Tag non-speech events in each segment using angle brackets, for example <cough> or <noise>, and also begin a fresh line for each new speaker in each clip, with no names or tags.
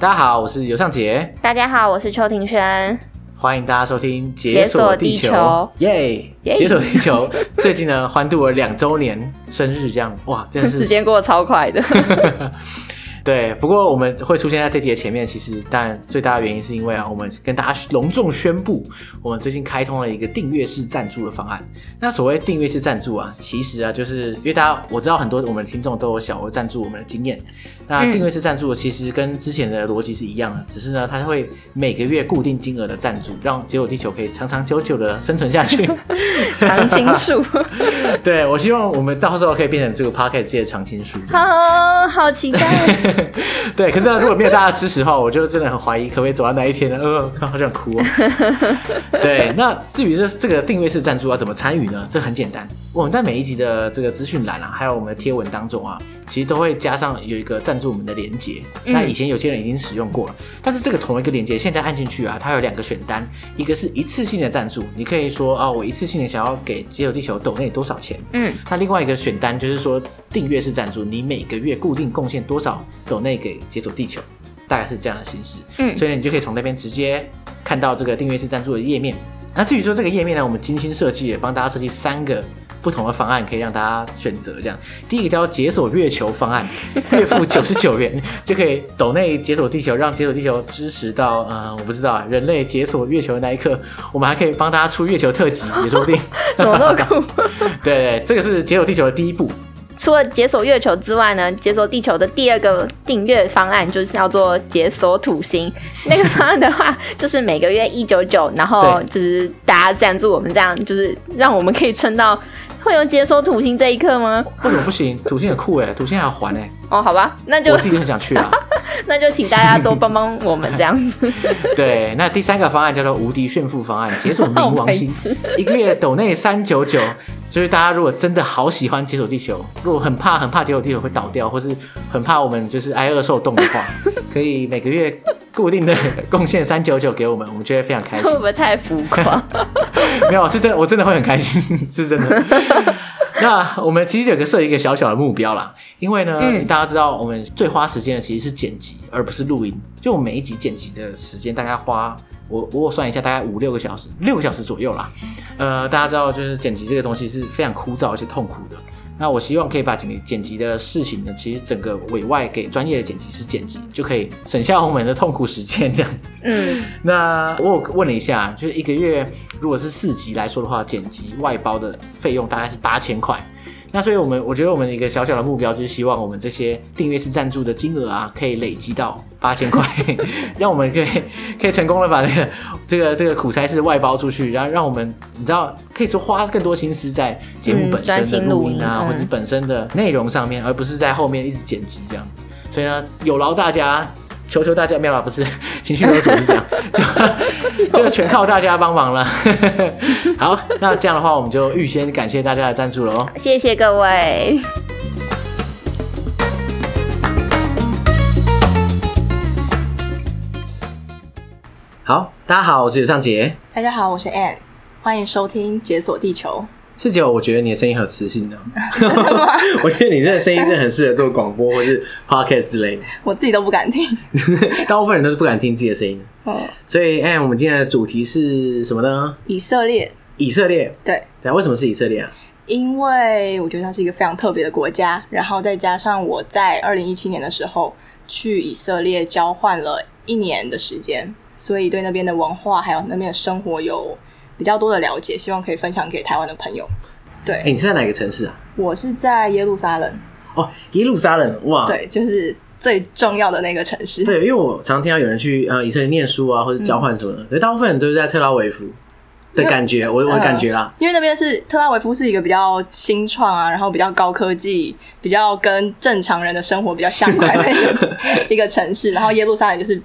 大家好，我是尤尚杰，
大家好，我是邱庭轩。
欢迎大家收听《
解锁地球
耶！
耶
解锁地球最近呢， <laughs> 欢度了两周年生日，这样哇，真的
<laughs> 时
是
间过得超快的，
对，不过我们会出现在这集的前面，其实但最大的原因是因为啊，我们跟大家隆重宣布，我们最近开通了一个订阅式赞助的方案。那所谓订阅式赞助啊，其实啊，就是因为大家我知道很多我们听众都有小额赞助我们的经验。那
嗯
订阅式赞助其实跟之前的逻辑是一样的，只是呢，它会每个月固定金额的赞助，让解果地球可以长长久久的生存下去。
常青 <laughs> 树，
对我希望我们到时候可以变成这个 p o c k e t 界的常青树。
好好期待。
<laughs> 对，可是呢如果没有大家的支持的话，我就真的很怀疑可不可以走到那一天呢？呃，好想哭哦。对，那至于这这个定位式赞助要怎么参与呢？这很简单，我们在每一集的这个资讯栏啊，还有我们的贴文当中啊，其实都会加上有一个赞助我们的连接。
嗯
那以前有些人已经使用过了，但是这个同一个连接现在按进去啊，它有两个选单，一个是一次性的赞助，你可以说啊，我一次性的想要给解有地球抖内多少钱，
嗯，
那另外一个选单就是说订阅式赞助，你每个月固定贡献多少抖内给解锁地球，大概是这样的形式。
嗯
所以呢，你就可以从那边直接看到这个订阅式赞助的页面。那至于说这个页面呢，我们精心设计，也帮大家设计三个。不同的方案可以让大家选择，这样第一个叫解锁月球方案，月付九十九元就可以抖内解锁地球，让解锁地球支持到呃，我不知道啊，人类解锁月球的那一刻，我们还可以帮大家出月球特辑，也说不定。
怎么那么酷？
对对，这个是解锁地球的第一步。
除了解锁月球之外呢，解锁地球的第二个订阅方案就是叫做解锁土星。那个方案的话，就是每个月一九九，然后
对
就是大家赞助我们，这样就是让我们可以撑到会有解锁土星这一刻吗？
为什么不行？土星很酷哎，土星还要还哎，
哦，好吧，那就
我自己很想去啊。
<laughs> 那就请大家多帮帮我们这样 <laughs> 子。
对，那第三个方案叫做无敌炫富方案，解锁冥王
<laughs> 好白
星
痴，
一个月抖内三九九。就是大家如果真的好喜欢解锁地球，如果很怕很怕解锁地球会倒掉，或是很怕我们就是挨饿受冻的
<laughs>
话，可以每个月固定的贡献三九九给我们，我们就会非常开心
会。不会太浮 <laughs> 夸？
<laughs> 没有，是真的，我真的会很开心，是真的。 <laughs> 那我们其实有个设一个小小的目标啦，因为呢，
嗯
大家知道我们最花时间的其实是剪辑，而不是录音。就我们每一集剪辑的时间大概花，我我算一下，大概五六个小时，六个小时左右啦。呃，大家知道，就是剪辑这个东西是非常枯燥而且痛苦的。那我希望可以把剪辑剪辑的事情呢，其实整个委外给专业的剪辑师剪辑，就可以省下我们的痛苦时间这样子。
嗯，
那我有问了一下，就是一个月如果是四集来说的话，剪辑外包的费用大概是八千块。那所以我们我觉得我们一个小小的目标就是希望我们这些订阅式赞助的金额啊，可以累积到八千块， <laughs> 让我们可以可以成功的把这个这个这个苦差事外包出去，然后让我们你知道可以说花更多心思在节目
嗯
本
专
身的
心
录
录
音啊，
音嗯
或者是本身的内容上面，而不是在后面一直剪辑这样。所以呢，有劳大家，求求大家，没有啦，不是 <laughs> 情绪勒索是这样， <laughs> 就 <laughs> 这个全靠大家帮忙了。 <laughs> 好，那这样的话，我们就预先感谢大家的赞助了哦。
谢谢各位。
好，大家好，我是尤尚杰。
大家好，我是 Ann，欢迎收听《解锁地球
四九，我觉得你的声音很有磁性呢、 <laughs> 我觉得你这个声音真的很适合做广播或是 podcast 之类的。》，
我自己都不敢听。
大部分人都是不敢听自己的声音，
嗯，
所以哎、我们今天的主题是什么呢？
以色列，
以色列。
对，
对啊，为什么是以色列啊？
因为我觉得它是一个非常特别的国家，然后再加上我在二零一七年的时候去以色列交换了一年的时间，所以对那边的文化还有那边的生活有比较多的了解，希望可以分享给台湾的朋友。
哎、
对，
你是在哪个城市啊？
我是在耶路撒冷，
哦，耶路撒冷。哇，
对，就是最重要的那个城市。
啊对，因为我常听到有人去呃以色列念书啊，或者交换什
嗯
么的，可是大部分人都是在特拉维夫的感觉，我我的感觉啦。
因为那边是特拉维夫是一个比较新创啊，然后比较高科技，比较跟正常人的生活比较相关的一个一个城市。然后耶路撒冷就是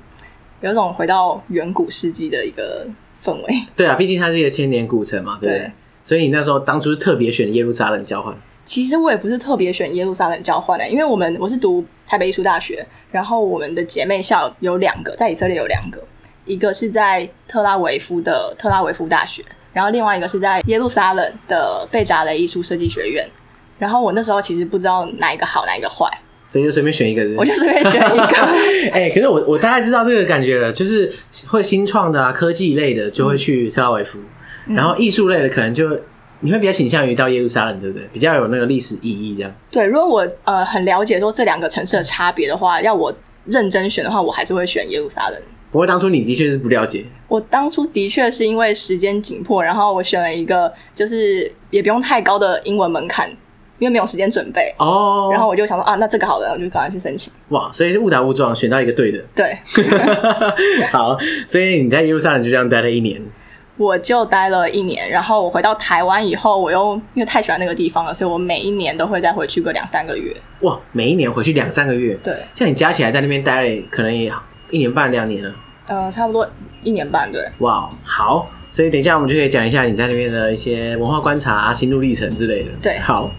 有一种回到远古世纪的一个氛围。
对啊，毕竟它是一个千年古城嘛，对不对？
对
所以你那时候当初是特别选耶路撒冷交换，
其实我也不是特别选耶路撒冷交换的、欸因为我们我是读台北艺术大学，然后我们的姐妹校有两个，在以色列有两个，一个是在特拉维夫的特拉维夫大学，然后另外一个是在耶路撒冷的贝扎雷艺术设计学院。然后我那时候其实不知道哪一个好，哪一个坏，
所以就随便选一个是不是
我就随便选一个。
<laughs> 哎、可是我我大概知道这个感觉了，就是会新创的啊，科技类的就会去特拉维夫，
嗯
然后艺术类的可能就你会比较倾向于到耶路撒冷，对不对？比较有那个历史意义这样。
对，如果我呃很了解说这两个城市的差别的话，要我认真选的话，我还是会选耶路撒冷。
不过当初你的确是不了解，
我当初的确是因为时间紧迫，然后我选了一个就是也不用太高的英文门槛，因为没有时间准备。
哦，
然后我就想说啊，那这个好了，我就赶快去申请。
哇，所以是误打误撞选到一个对的，
对，
<laughs> 好，所以你在耶路撒冷就这样待了一年，
我就待了一年，然后我回到台湾以后，我又因为太喜欢那个地方了，所以我每一年都会再回去个两三个月。
哇，每一年回去两三个月，
对，
像你加起来在那边待了可能也一年半两年了，
呃，差不多一年半，对。
哇，好，所以等一下我们就可以讲一下你在那边的一些文化观察、啊、心路历程之类的，
对
好，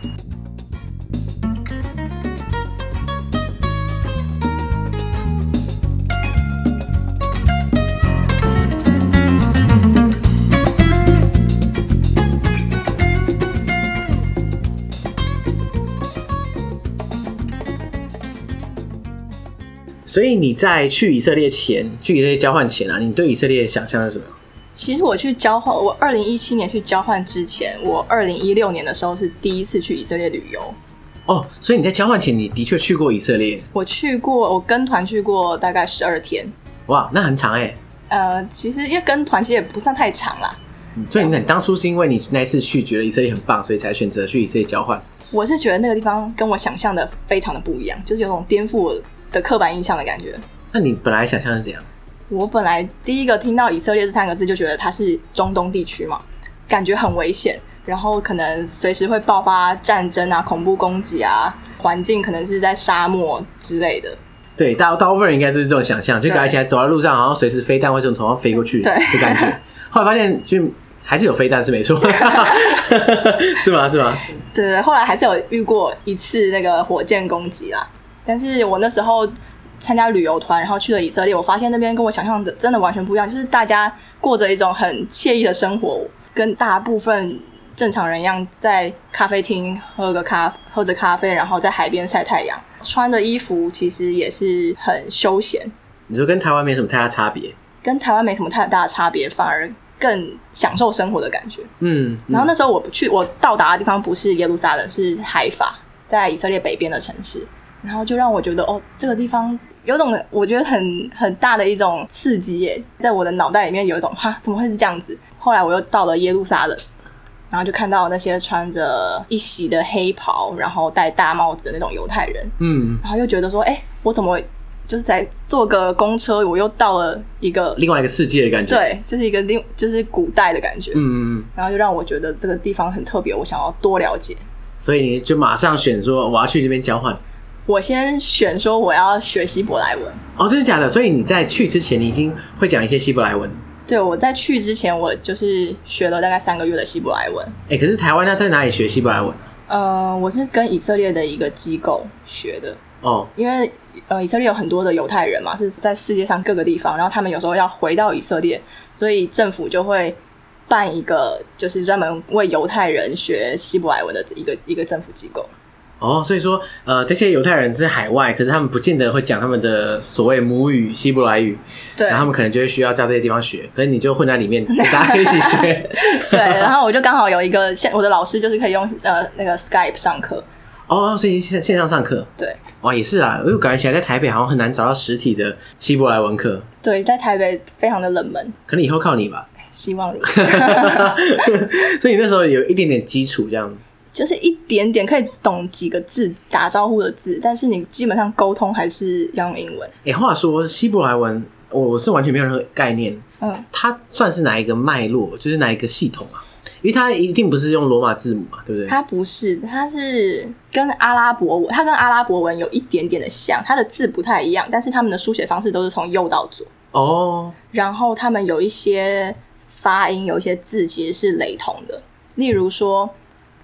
所以你在去以色列前，去以色列交换前啊，你对以色列的想象是什么？
其实我去交换，我二零一七年去交换之前，我二零一六年的时候是第一次去以色列旅游。
哦，所以你在交换前，你的确去过以色列，
我去过，我跟团去过大概十二天。
哇，那很长哎、
呃，其实因为跟团其实也不算太长啦，
所以你当初是因为你那一次去觉得以色列很棒，所以才选择去以色列交换。
我是觉得那个地方跟我想象的非常的不一样，就是有种颠覆我的刻板印象的感觉。
那你本来想象是怎样？
我本来第一个听到以色列这三个字就觉得它是中东地区嘛，感觉很危险，然后可能随时会爆发战争啊、恐怖攻击啊，环境可能是在沙漠之类的。
对，大大部分人应该就是这种想象，就感觉起来走在路上，好像随时飞弹会从头上飞过去
对
的感
<laughs>
觉。后来发现，就还是有飞弹是没错，是吗？是吗？
对对，对后来还是有遇过一次那个火箭攻击啦。但是我那时候参加旅游团，然后去了以色列，我发现那边跟我想象的真的完全不一样，就是大家过着一种很惬意的生活，跟大部分正常人一样，在咖啡厅喝个咖，喝着咖啡，然后在海边晒太阳，穿的衣服其实也是很休闲，
你说跟台湾没什么太大差别。
跟台湾没什么太大的差别，反而更享受生活的感觉。
嗯，
然后那时候我不去，我到达的地方不是耶路撒冷，是海法，在以色列北边的城市。然后就让我觉得，哦，这个地方有种我觉得很很大的一种刺激耶，在我的脑袋里面有一种哈，怎么会是这样子？后来我又到了耶路撒冷，然后就看到那些穿着一袭的黑袍，然后戴大帽子的那种犹太人，
嗯，
然后又觉得说，哎，我怎么就是在坐个公车，我又到了一个
另外一个世界的感觉。，
对，就是一个另就是古代的感觉，
嗯嗯嗯。
然后就让我觉得这个地方很特别，我想要多了解。
所以你就马上选说我要去这边交换。
我先选说我要学习伯来文。
哦，真的假的？所以你在去之前，你已经会讲一些希伯来文。
对，我在去之前，我就是学了大概三个月的希伯来文。
哎、可是台湾他在哪里学希伯来文？
呃，我是跟以色列的一个机构学的，
哦，
因为呃，以色列有很多的犹太人嘛，是在世界上各个地方，然后他们有时候要回到以色列，所以政府就会办一个就是专门为犹太人学希伯来文的一个一个政府机构。
哦，所以说，呃，这些犹太人是海外，可是他们不见得会讲他们的所谓母语希伯来语，
对，
然后他们可能就会需要到这些地方学，可是你就混在里
<laughs>
面，跟大家一起学。
对，然后我就刚好有一个现我的老师就是可以用呃那个 Skype 上课，
哦，所以线线上上课，
对
哇，也是啊，因为我感觉起来在台北好像很难找到实体的希伯来文课，
对，在台北非常的冷门，
可能以后靠你
<laughs>
吧。 <laughs>
希望如此，
所以你那时候有一点点基础，这样。
就是一点点可以懂几个字打招呼的字，但是你基本上沟通还是要用英文。
哎、话说希伯来文，我我是完全没有任何概念，
嗯，
它算是哪一个脉络，就是哪一个系统啊？因为它一定不是用罗马字母嘛，对不对？
它不是，它是跟阿拉伯文，它跟阿拉伯文有一点点的像，它的字不太一样，但是他们的书写方式都是从右到左，
哦，
然后他们有一些发音，有一些字其实是雷同的。例如说，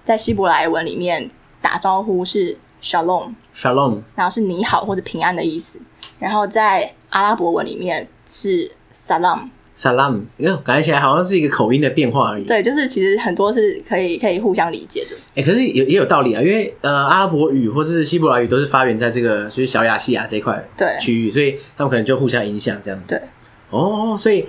在希伯来文里面，打招呼是 shalom，
Shalom，
然后是你好或者平安的意思；然后在阿拉伯文里面是 salam，
Salam，因为感觉起来好像是一个口音的变化而已。
对，就是其实很多是可以可以互相理解的。
哎、可是也也有道理啊，因为呃，阿拉伯语或是希伯来语都是发源在这个就是小亚细亚这一块
对
区域，所以他们可能就互相影响这样。
对，
哦，所以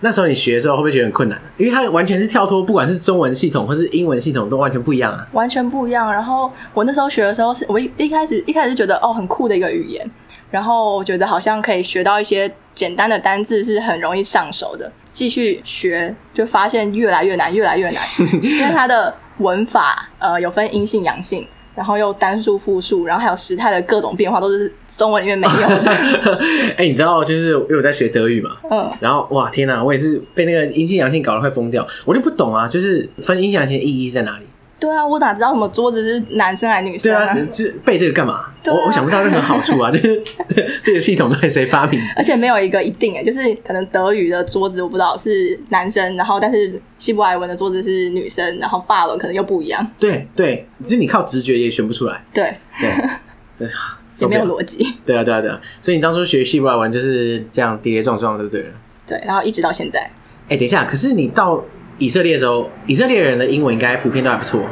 那时候你学的时候会不会觉得很困难？啊因为它完全是跳脱，不管是中文系统或是英文系统都完全不一样啊。 <laughs>
完全不一样。然后我那时候学的时候是，我一一开始一开始觉得哦很酷的一个语言，然后我觉得好像可以学到一些简单的单字是很容易上手的。继续学就发现越来越难，越来
<laughs>
越难，因为它的文法呃有分阴性阳性。然后又单数、复数，然后还有时态的各种变化都是中文里面没有
<laughs>
的。
哎、你知道就是因为我在学德语嘛，
嗯，
然后哇天哪，我也是被那个阴性阳性搞得快疯掉，我就不懂啊，就是分阴性阳性的意义在哪里？
对啊，我哪知道什么桌子是男生还是女
对
生
啊，就就是背这个干嘛？
对啊
我我想不到任何好处啊，就是 <laughs> 这个系统到底谁发明的？
而且没有一个一定诶，就是可能德语的桌子我不知道是男生，然后但是希伯来文的桌子是女生，然后法文可能又不一样，
对对，就是你靠直觉也选不出来，
对，
对， <laughs> 这是啊
也没有。
受不了
逻辑，
对啊，对啊，对啊，所以你当初学希伯来文就是这样跌跌撞撞，对不对了？
对，然后一直到现在，
哎，等一下，可是你到以色列的时候，以色列人的英文应该普遍都还不错。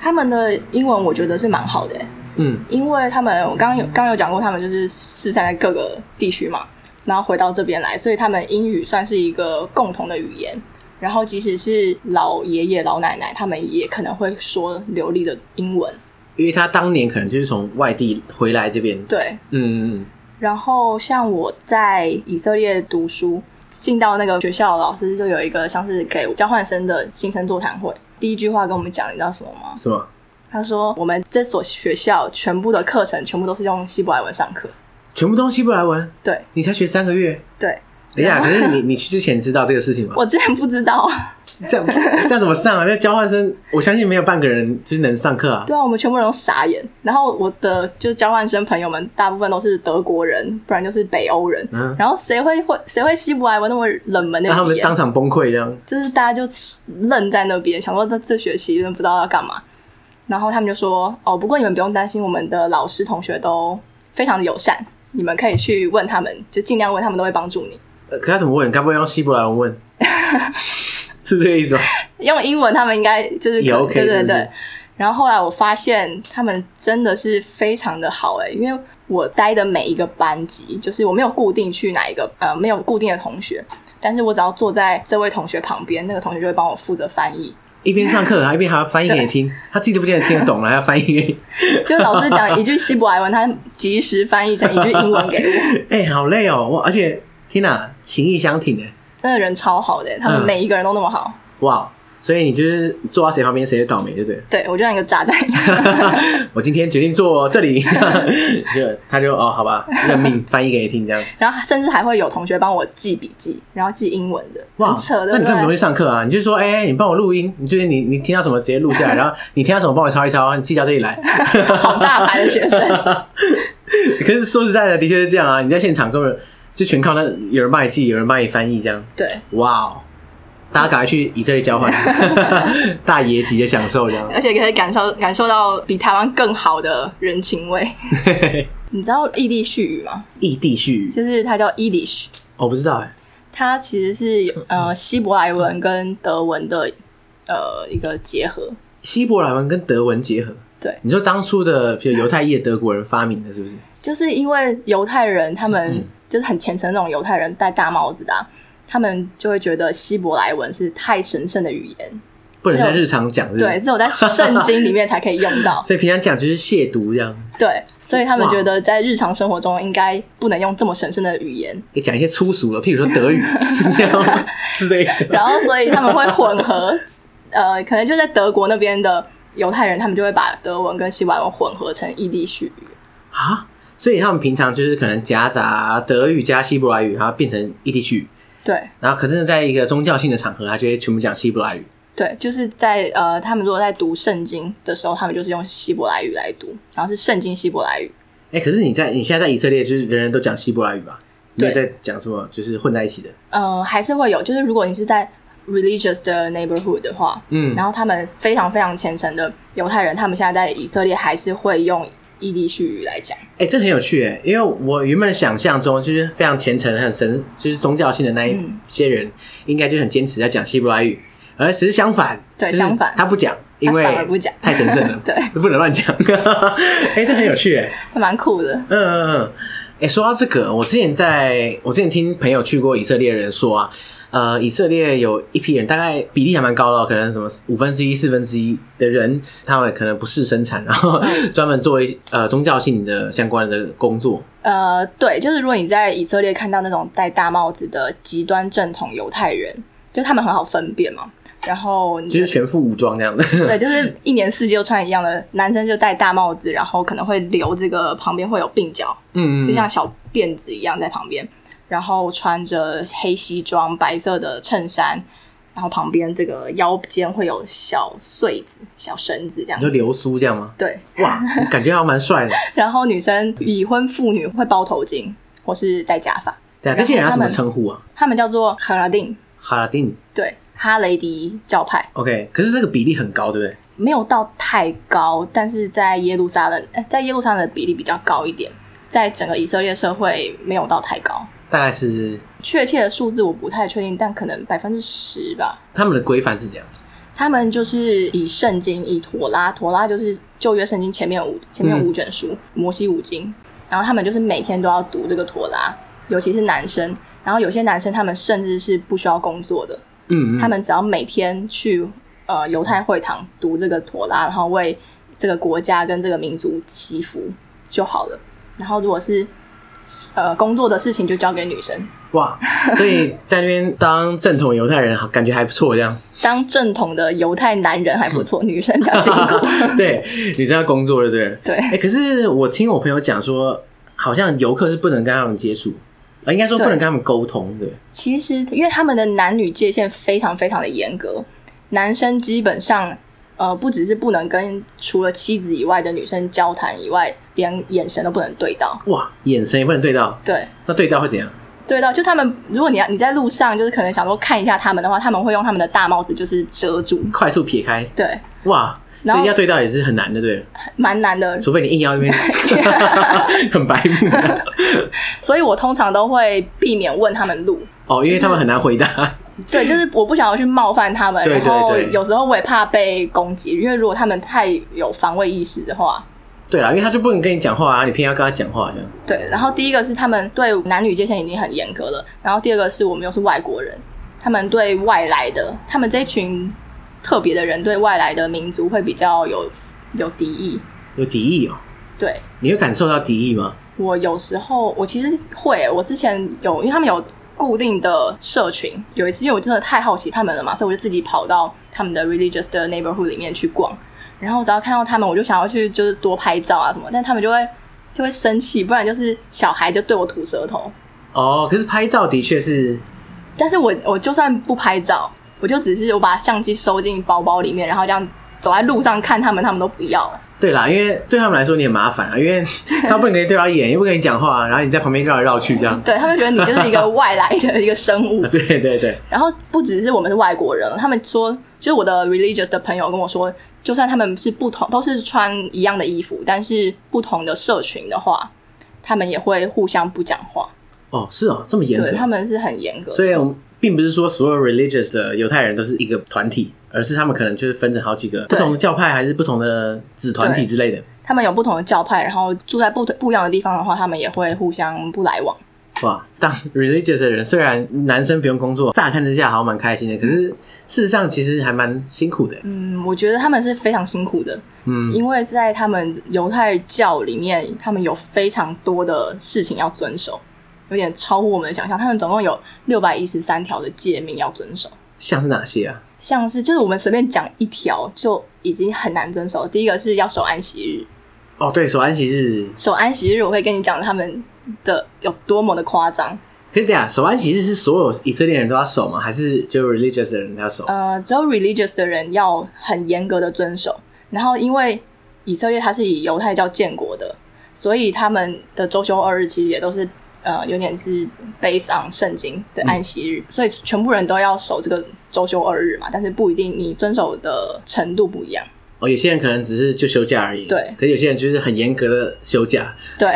他们的英文我觉得是蛮好的诶，欸
嗯，
因为他们我刚刚有刚刚有讲过，他们就是四散在各个地区嘛，然后回到这边来，所以他们英语算是一个共同的语言。然后即使是老爷爷老奶奶，他们也可能会说流利的英文，
因为他当年可能就是从外地回来这边。
对，
嗯嗯嗯，
然后像我在以色列读书，进到那个学校，老师就有一个像是给交换生的新生座谈会。第一句话跟我们讲，你知道什么吗？
是吗？
他说：“我们这所学校全部的课程全部都是用希伯来文上课。
全部都希伯来文，
对
你才学三个月。”
对，
等一下，可是你你去之前知道这个事情
<laughs>
吗？
我之前不知道。
这样这样怎么上啊？那交换生，我相信没有半个人就是能上课啊。
对啊，我们全部人都傻眼。然后我的就交换生朋友们，大部分都是德国人，不然就是北欧人。
嗯，
然后谁会会谁会希伯来文那么冷门的
让他
语
们
言？
当场崩溃这样。
就是大家就愣在那边，想说这这学期真的不知道要干嘛。然后他们就说：“哦，不过你们不用担心，我们的老师同学都非常的友善，你们可以去问他们，就尽量问，他们都会帮助你。
呃可他怎么问？该不会用希伯来文问？ <laughs> 是这个意思吧？
用英文他们应该就是
也
可
OK，
对
是
对
不是
对。然后后来我发现他们真的是非常的好诶、因为我待的每一个班级，就是我没有固定去哪一个呃没有固定的同学，但是我只要坐在这位同学旁边，那个同学就会帮我负责翻译。
一边上课，还一边还要翻译给你听，他自己都不见得听得懂了，还要翻译给你， <laughs>
就老师讲一句希伯来文，他及时翻译成一句英文给我，
哎、好累哦！我而且天哪，情意相挺哎，
真的人超好的欸，他们
嗯
每一个人都那么好。
哇！所以你就是坐到谁旁边谁就倒霉，就对了。
对我就像一个炸
<laughs>
弹一样，
我今天决定坐这里， <laughs> 就他就哦，好吧，认命翻译给你听
<laughs>
这样。
然后甚至还会有同学帮我记笔记，然后记英文的，
哇
很扯，
那
对不
你更不容易
对？
上课啊！你就说，哎、你帮我录音，你就是你你听到什么直接录下来，然后你听到什么帮我抄一抄，你记到这里来。
好大牌的学
<laughs>
生，
可是说实在的，的确是这样啊！你在现场根本就全靠那有人帮你记，有人帮你翻译这样。
对，
哇哦！大家赶快去以色列 <laughs> 交换，大爷级的享受这样。
而且可以感受感受到比台湾更好的人情
<laughs>
味。你知道异地絮语吗？
异地絮语，
就是它叫 Yiddish，
我、不知道哎、
它其实是呃希伯来文跟德文的呃一个结合。
希伯来文跟德文结合。
对
你说当初的比如犹太裔的德国人发明的，是不是？
就是因为犹太人他们
嗯
就是很虔诚那种犹太人戴大帽子的啊、他们就会觉得希伯来文是太神圣的语言，
不能在日常讲，是不是
对，只有在圣经里面才可以用
<laughs>
到，
所以平常讲就是亵渎这样，
对，所以他们觉得在日常生活中应该不能用这么神圣的语言，
也讲一些粗俗的，譬如说 <laughs> 德语，是这样吗是这意思吗？
然后所以他们会混合， <laughs> 呃，可能就在德国那边的犹太人，他们就会把德文跟希伯来文混合成异地絮语，
啊，所以他们平常就是可能夹杂德语加希伯来语，然后变成异地区语。
对。
然后可是，在一个宗教性的场合，他就会全部讲希伯来语。
对，就是在呃，他们如果在读圣经的时候，他们就是用希伯来语来读，然后是圣经希伯来语。
哎、可是你在你现在在以色列，就是人人都讲希伯来语吧？没有
对
在讲什么，就是混在一起的。
呃，还是会有，就是如果你是在 religious 的 neighborhood 的话，
嗯
然后他们非常非常虔诚的犹太人，他们现在在以色列还是会用异地续语来讲。
哎、这很有趣哎，因为我原本想象中就是非常虔诚、很神，就是宗教性的那一
嗯
些人，应该就很坚持在讲希伯来语，而只是相反，
对
就是
相反
他不讲，因为
反而不讲，
太神圣了
<laughs> 对，
不能乱讲。 <laughs> 哎、这很有趣哎，
还蛮酷的。
嗯嗯嗯。哎、说到这个，我之前在我之前听朋友去过以色列的人说啊，呃，以色列有一批人，大概比例还蛮高的哦，可能什么五分之一、四分之一的人，他们可能不是生产，然后
嗯
专门做一呃宗教性的相关的工作。
呃，对，就是如果你在以色列看到那种戴大帽子的极端正统犹太人，就他们很好分辨嘛。然后你
就是全副武装这样的，
对，就是一年四季都穿一样的，男生就戴大帽子，然后可能会留这个旁边会有鬓角，
嗯，
就像小辫子一样在旁边，然后穿着黑西装、白色的衬衫，然后旁边这个腰间会有小穗子、小绳子这样
你就
子。
流苏这样吗？
对，
哇，我感觉还蛮帅的。
然后女生已婚妇女会包头巾或是戴假发，
对啊，
然后
这些人要
他
怎么
们
称呼啊？
他们叫做哈拉丁，
哈拉丁
对，哈雷迪教派
，OK，可是这个比例很高，对不对？
没有到太高，但是在耶路撒冷，呃在耶路撒冷的比例比较高一点，在整个以色列社会没有到太高。
大概是
确切的数字我不太确定，但可能百分之十吧。
他们的规范是这样，
他们就是以圣经，以妥拉，妥拉就是旧约圣经前面五前面
嗯
五卷书，摩西五经，然后他们就是每天都要读这个妥拉，尤其是男生。然后有些男生他们甚至是不需要工作的，
嗯嗯，
他们只要每天去呃犹太会堂读这个陀拉，然后为这个国家跟这个民族祈福就好了。然后如果是呃工作的事情，就交给女生。
哇，所以在那边当正统犹太人，感觉还不错，这样。
当正统的犹太男人还不错，女生比较辛苦。
<laughs> 对，你这样工作了，对了。
对
哎、可是我听我朋友讲说，好像游客是不能跟他们接触，呃，应该说不
对
能跟他们沟通，对不对。
其实因为他们的男女界限非常非常的严格，男生基本上呃不只是不能跟除了妻子以外的女生交谈以外，连眼神都不能对到。
哇，眼神也不能对到，
对，
那对到会怎样？
对到，就他们，如果你要你在路上，就是可能想说看一下他们的话，他们会用他们的大帽子就是遮住，
快速撇开，
对，
哇，
然
所
后
以要对到也是很难的，对了。
蛮难的。
除非你硬要那边，
<laughs>
很白目啊
所以我通常都会避免问他们路，
哦，因为他们很难回答。 <laughs>
对，就是我不想要去冒犯他们，
对对
然后
对
有时候我也怕被攻击，因为如果他们太有防卫意识的话，
对啦，因为他就不能跟你讲话啊，你偏要跟他讲话这样。
对。然后第一个是他们对男女界限已经很严格了，然后第二个是我们又是外国人，他们对外来的，他们这一群特别的人对外来的民族会比较有有敌意，
有敌意哦，
对。
你会感受到敌意吗？
我有时候我其实会，我之前有，因为他们有固定的社群，有一次因为我真的太好奇他们了嘛，所以我就自己跑到他们的 religious 的 neighborhood 里面去逛，然后只要看到他们，我就想要去就是多拍照啊什么，但他们就会就会生气，不然就是小孩就对我吐舌头。
哦，可是拍照的确是
但是我我就算不拍照，我就只是我把相机收进包包里面，然后这样走在路上看他们，他们都不要了。
对啦，因为对他们来说你很麻烦啊，因为他不能跟你对到
<laughs>
眼，又不跟你讲话，然后你在旁边绕来绕去这样。
对他们觉得你就是一个外来的一个生物
<laughs> 啊，，对对对，
然后不只是我们是外国人，他们说，就是我的 religious 的朋友跟我说，就算他们是不同，都是穿一样的衣服，但是不同的社群的话，他们也会互相不讲话。
哦，是哦，这么严格
对，，他们是很严格的。
所以我们并不是说所有 religious 的犹太人都是一个团体，而是他们可能就是分成好几个不
对
同的教派，还是不同的子团体之类的。
他们有不同的教派，然后住在不不一样的地方的话，他们也会互相不来往。
哇，当 religious 的人，虽然男生不用工作，乍看之下好像蛮开心的，可是事实上其实还蛮辛苦的。
嗯，我觉得他们是非常辛苦的，
嗯，
因为在他们犹太教里面，他们有非常多的事情要遵守，有点超乎我们的想象。他们总共有六百一十三条的诫命要遵守。
像是哪些啊？
像是就是我们随便讲一条就已经很难遵守。第一个是要守安息日，
哦，对，守安息日。
守安息日我会跟你讲他们的有多么的夸张。
可是等一下，守安息日是所有以色列人都要守吗？还是就 religious 的人要守？
呃，只有 religious 的人要很严格的遵守。然后因为以色列它是以犹太教建国的，所以他们的周休二日其实也都是呃有点是 based on 圣经的安息日，所以全部人都要守这个周休二日嘛。但是不一定你遵守的程度不一样。
哦，有些人可能只是就休假而已，
对
可是有些人就是很严格的休假，
<laughs> 对，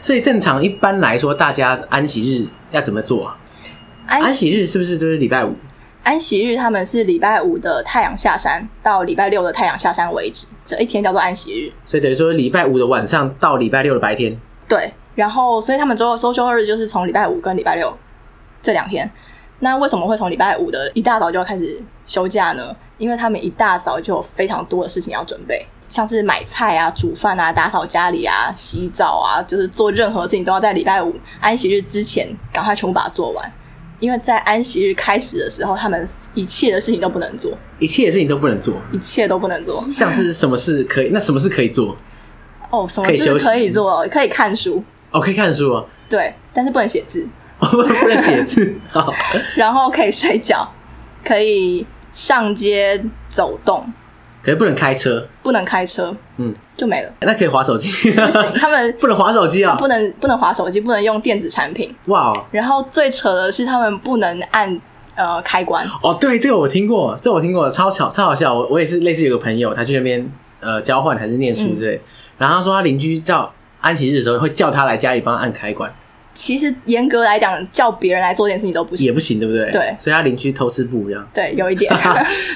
所以正常一般来说，大家安息日要怎么做啊？安
安息
息日是不是就是礼拜五？
安息日他们是礼拜五的太阳下山到礼拜六的太阳下山为止，这一天叫做安息日。
所以等于说礼拜五的晚上到礼拜六的白天，
对，然后所以他们周周休二日就是从礼拜五跟礼拜六这两天。那为什么会从礼拜五的一大早就要开始休假呢？因为他们一大早就有非常多的事情要准备，像是买菜啊、煮饭啊、打扫家里啊、洗澡啊，就是做任何事情都要在礼拜五安息日之前赶快全部把它做完。因为在安息日开始的时候，他们一切的事情都不能做，
一切事情都不能做，
一切都不能做。
像是什么事可以？那什么事可以做？
哦，什么
可以
事
休息
可以做？可以看书，
哦， <laughs> 可以看书啊，
对，但是不能写字。
不能写字。哦好，
然后可以睡觉， <laughs> 可以上街走动，
可是不能开车，
不能开车，
嗯，
就没了。 <laughs>
那可以划手机，
不行，他们
<laughs> 不能划手机啊！
不能不能划手机，不能用电子产品。
哇哦，
然后最扯的是，他们不能按呃开关，
哦，对，这个我听过，这个我听过，超巧，超好笑。我我也是类似有个朋友，他去那边呃交换还是念书
嗯
之类，然后他说他邻居到安息日的时候会叫他来家里帮他按开关，
其实严格来讲，叫别人来做这件事情都不
也
行。
不行，对不对？
对
所以他邻居偷吃布一
<laughs>
样，
对，有
<laughs>
一点。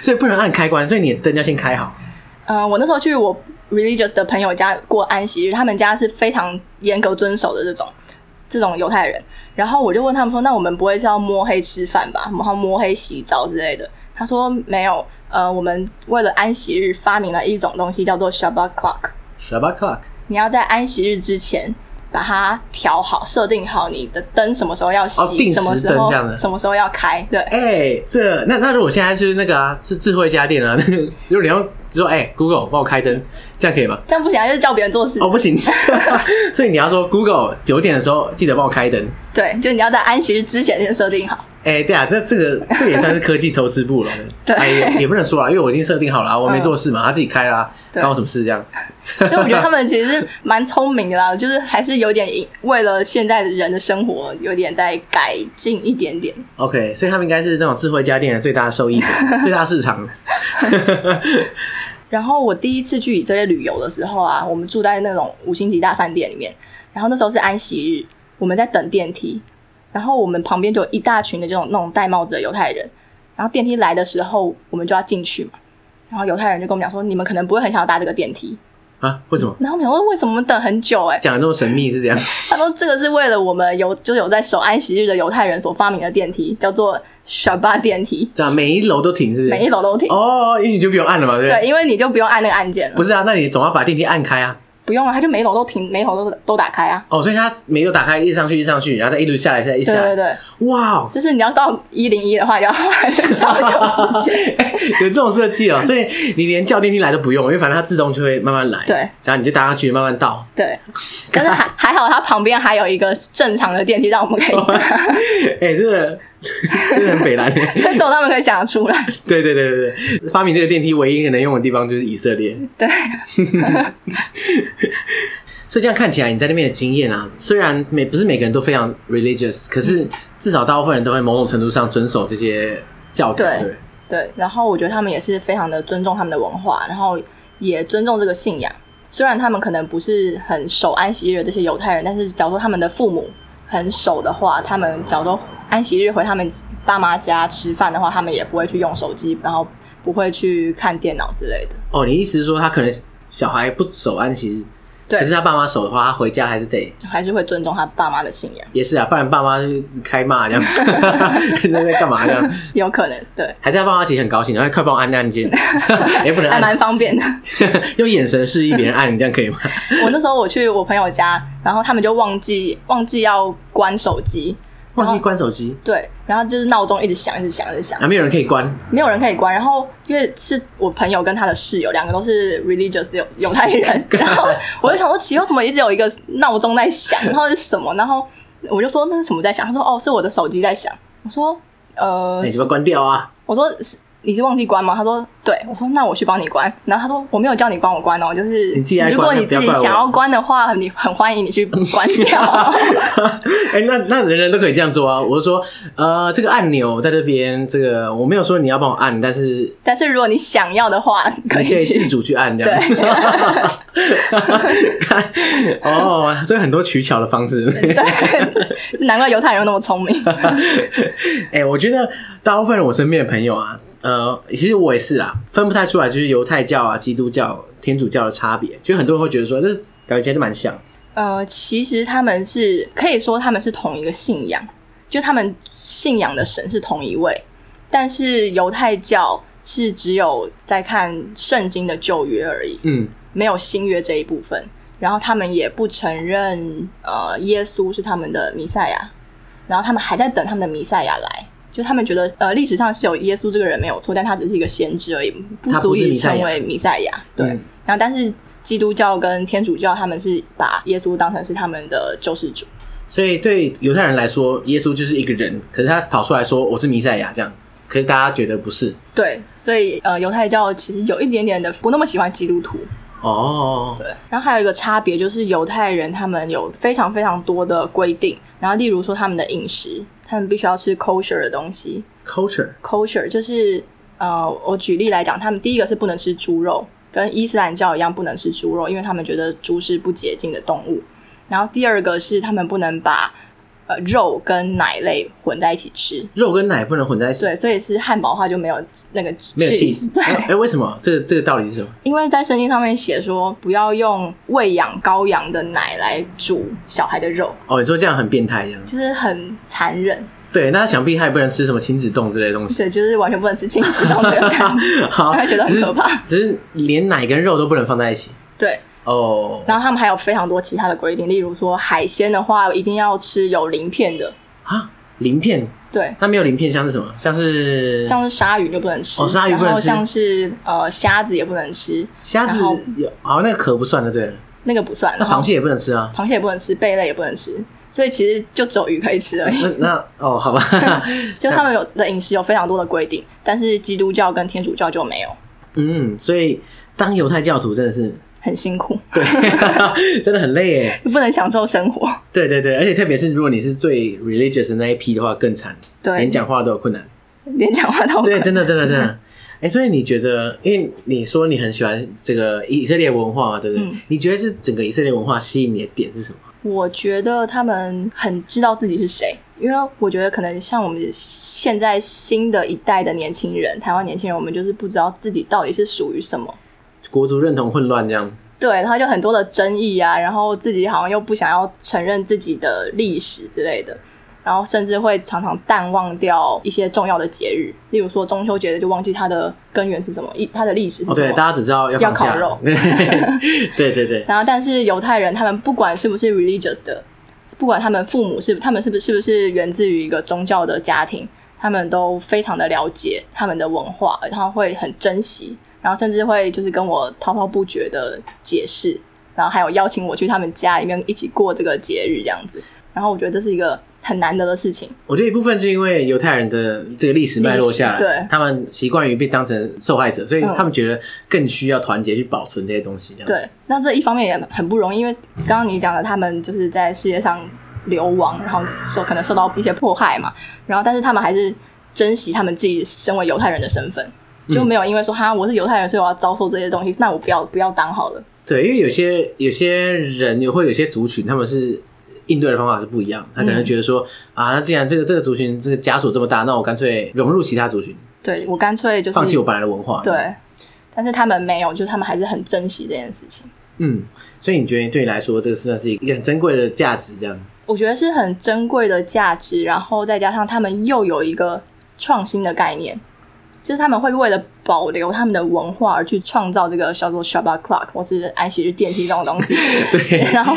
所以不能按开关，所以你的灯要先开好。
嗯、我那时候去我 religious 的朋友家过安息日，他们家是非常严格遵守的这种这种犹太人。然后我就问他们说：“那我们不会是要摸黑吃饭吧？然后摸黑洗澡之类的？”他说：“没有，呃，我们为了安息日发明了一种东西，叫做 Shabbat clock。
Shabbat clock，
你要在安息日之前把它调好，设定好你的灯什么时候要熄，
哦定时
什么时
灯
候
这样的
什么时候要开。对，
哎、这那那如果现在是那个啊，是智慧家电啊，那个如果你要说哎、Google 帮我开灯，这样可以吗？
这样不行啊，就是叫别人做事。
哦，不行， <laughs> 所以你要说 Google 九点的时候记得帮我开灯。
对，就你要在安息日之前先设定好。
哎、对啊，这这个这个也算是科技投资部了。
<laughs> 对嗯
哎也也不能说啦，因为我已经设定好了啊，我没做事嘛，他自己开啦，
对
关我什么事？这样
所以我觉得他嗯们其实是蛮聪明的啦，就是还是有点为了现在的人的生活有点在改进一点点。
OK，所以他们应该是这种智慧家电的最大受
<laughs>
益者、最大市场。
然后我第一次去以色列旅游的时候啊，我们住在那种五星级大饭店里面，然后那时候是安息日，我们在等电梯，然后我们旁边就有一大群的这种那种戴帽子的犹太人，然后电梯来的时候我们就要进去嘛，然后犹太人就跟我们讲说，你们可能不会很想要搭这个电梯，
啊？为什么
然后我们想说为什么我们等很久哎、
讲的那么神秘是这样？
他说这个是为了我们犹就是有在守安息日的犹太人所发明的电梯，叫做 Shabbat 电梯，
这样每一楼都停是不是？
每一楼都停。
哦，因为你就不用按了嘛，对不对？
对，因为你就不用按那个按键了，
不是啊，那你总要把电梯按开啊。
不用啊，他就每一楼都停，每一楼都都打开啊。
哦，所以它每一楼打开，一直上去，一直上去，然后再一路下来，再一下
对
来。
对对，
哇哦，
就是你要到一零一的话，要花很长久时
<laughs>
间。
哎有这种设计哦，所以你连叫电梯来都不用，因为反正它自动就会慢慢来。
对，
然后你就搭上去，慢慢到。
对，但是还还好，它旁边还有一个正常的电梯，让我们可以
哦
搭，
哎、真的，真的很北蓝。
<laughs>
<laughs>
这种他们可以想得出来。
对对对对对，发明这个电梯唯一能用的地方就是以色列。
对，
所以这样看起来，你在那边的经验啊，虽然每不是每个人都非常 religious，可是至少大部分人都会某种程度上遵守这些教条。
对
对，
对，然后我觉得他们也是非常的尊重他们的文化，然后也尊重这个信仰。虽然他们可能不是很守安息日的这些犹太人，但是假如说他们的父母很守的话，他们假如说安息日回他们爸妈家吃饭的话，他们也不会去用手机，然后不会去看电脑之类的。
哦，你意思是说他可能小孩不守安息日，
对
可是他爸妈守的话，他回家还是得
还是会尊重他爸妈的信仰，
也是啊，不然爸妈就开骂这样， <laughs> 在在干嘛这样？
有可能对，
还是他爸妈其实很高兴，然后快帮我按按键， <laughs> 也不能
还
按，
蛮方便的。
<laughs> 用眼神示意别人按，你这样可以
<laughs>
吗？
我那时候我去我朋友家，然后他们就忘记忘记要关手机，
忘记关手机，
对，然后就是闹钟一直响，一直响，一直响
啊，。没有人可以关，
没有人可以关。然后因为是我朋友跟他的室友，两个都是 religious 犹犹
<laughs>
太人，然后我就想说奇怪，为什么一直有一个闹钟在响？然后是什么？然后我就说那是什么在响？他说哦，是我的手机在响。我说呃
那，你就把它关掉啊。 <laughs>
我说是你是忘记关吗？他说对，我说那我去帮你关。然后他说我没有叫你帮我关哦，就是
你自己爱关
如果你
不
自
要
己
怪我
想要关的话，你很欢迎你去关
<laughs>
掉。
哎、那那人人都可以这样做啊！我是说，呃，这个按钮在这边，这个我没有说你要帮我按，但是
但是如果你想要的话，可
你可以
以
自
去。
主去按这
对
样。 <laughs> 哦，所以很多取巧的方式。
对，是难怪犹太人那么聪明。
哎、我觉得大部分我身边的朋友啊，呃，其实我也是啦，分不太出来就是犹太教啊、基督教、天主教的差别。就很多人会觉得说，这感觉其实蛮像。
呃，其实他们是可以说他们是同一个信仰，就他们信仰的神是同一位，但是犹太教是只有在看圣经的旧约而已，
嗯，
没有新约这一部分。然后他们也不承认呃耶稣是他们的弥赛亚，然后他们还在等他们的弥赛亚来。就他们觉得，呃，历史上是有耶稣这个人没有错，但他只是一个先知而已，不
他不
足
是
以
弥赛亚
成为弥赛亚。对，
嗯
然后但是基督教跟天主教他们是把耶稣当成是他们的救世主，
所以对犹太人来说，耶稣就是一个人，可是他跑出来说我是弥赛亚这样，可是大家觉得不是。
对，所以呃，犹太教其实有一点点的不那么喜欢基督徒。
哦，
然后还有一个差别就是犹太人他们有非常非常多的规定，然后例如说他们的饮食，他们必须要吃 kosher 的东西
culture，
，kosher 就是呃，我举例来讲，他们第一个是不能吃猪肉，跟伊斯兰教一样不能吃猪肉，因为他们觉得猪是不洁净的动物。然后第二个是他们不能把呃肉跟奶类混在一起吃，
肉跟奶不能混在一起，
对，所以吃汉堡的话就没有那个
没有
cheese，
cheese。
对，
哎、为什么？这个这个道理是什么？
因为在圣经上面写说不要用喂养羔羊的奶来煮小孩的肉，
哦，你说这样很变态这样？
就是很残忍，
对，那想必他也不能吃什么亲子冻之类的东西。
对，就是完全不能吃亲子冻的感
<laughs>
觉。
好，
他觉得很
只是
可怕
只是连奶跟肉都不能放在一起
对，
哦。
然后他们还有非常多其他的规定，例如说海鲜的话一定要吃有鳞片的，
啊，鳞片，
对，
那没有鳞片像是什么？像是
像是鲨鱼就不能吃，
哦鲨鱼不能吃
然后像是呃虾子也不能吃，
虾子
然后
有，好，那个壳不算的，对了，
那个不算，
那
然后
螃蟹也不能吃啊。
螃蟹也不能吃，贝类也不能吃，所以其实就只有鱼可以吃而已。
<laughs> 那那哦，好吧，
<laughs> 就他们有的饮食有非常多的规定，但是基督教跟天主教就没有，
嗯，所以当犹太教徒真的是
很辛苦， <laughs>
对，真的很累耶。
不能享受生活。 <laughs>
对对对，而且特别是如果你是最 religious 的那一批的话，更惨，
对
连讲话都有困难。
连讲话都
对，真的真的真的。哎、所以你觉得，因为你说你很喜欢这个以色列文化嘛，对不对？
嗯
你觉得是整个以色列文化吸引你的点是什么？
我觉得他们很知道自己是谁，因为我觉得可能像我们现在新的一代的年轻人，台湾年轻人，我们就是不知道自己到底是属于什么。
国族认同混乱这样。
对，然后就很多的争议啊，然后自己好像又不想要承认自己的历史之类的，然后甚至会常常淡忘掉一些重要的节日，例如说中秋节就忘记它的根源是什么，一它的历史是
哦，
什
对，
么。
大家只知道要放假
要烤肉
<laughs> 对对对，
然后，但是犹太人他们不管是不是 religious 的，不管他们父母是他们是不是是不是源自于一个宗教的家庭，他们都非常的了解他们的文化，然后会很珍惜，然后甚至会就是跟我滔滔不绝的解释，然后还有邀请我去他们家里面一起过这个节日这样子。然后我觉得这是一个很难得的事情，
我觉得一部分是因为犹太人的这个历史脉络下来，
历史对嗯
他们习惯于被当成受害者，所以他们觉得更需要团结去保存这些东西。这样，
对，那这一方面也很不容易，因为刚刚你讲的，他们就是在世界上流亡，然后受可能受到一些迫害嘛，然后但是他们还是珍惜他们自己身为犹太人的身份，
嗯
就没有因为说哈我是犹太人，所以我要遭受这些东西，那我不要不要当好了。
对，因为有些有些人，或者有些族群，他们是应对的方法是不一样。他
嗯
可能觉得说、啊，那既然这个这个族群这个枷锁这么大，那我干脆融入其他族群，
对我干脆就是
放弃我本来的文化。，
嗯对，但是他们没有，就是他们还是很珍惜这件事情。
嗯，所以你觉得对你来说，这个算是一个很珍贵的价值，这样？
我觉得是很珍贵的价值，然后再加上他们又有一个创新的概念，就是他们会为了保留他们的文化而去创造这个叫做 Shabbat Clock 或是安息日电梯这种东西。
<laughs> 对，
然后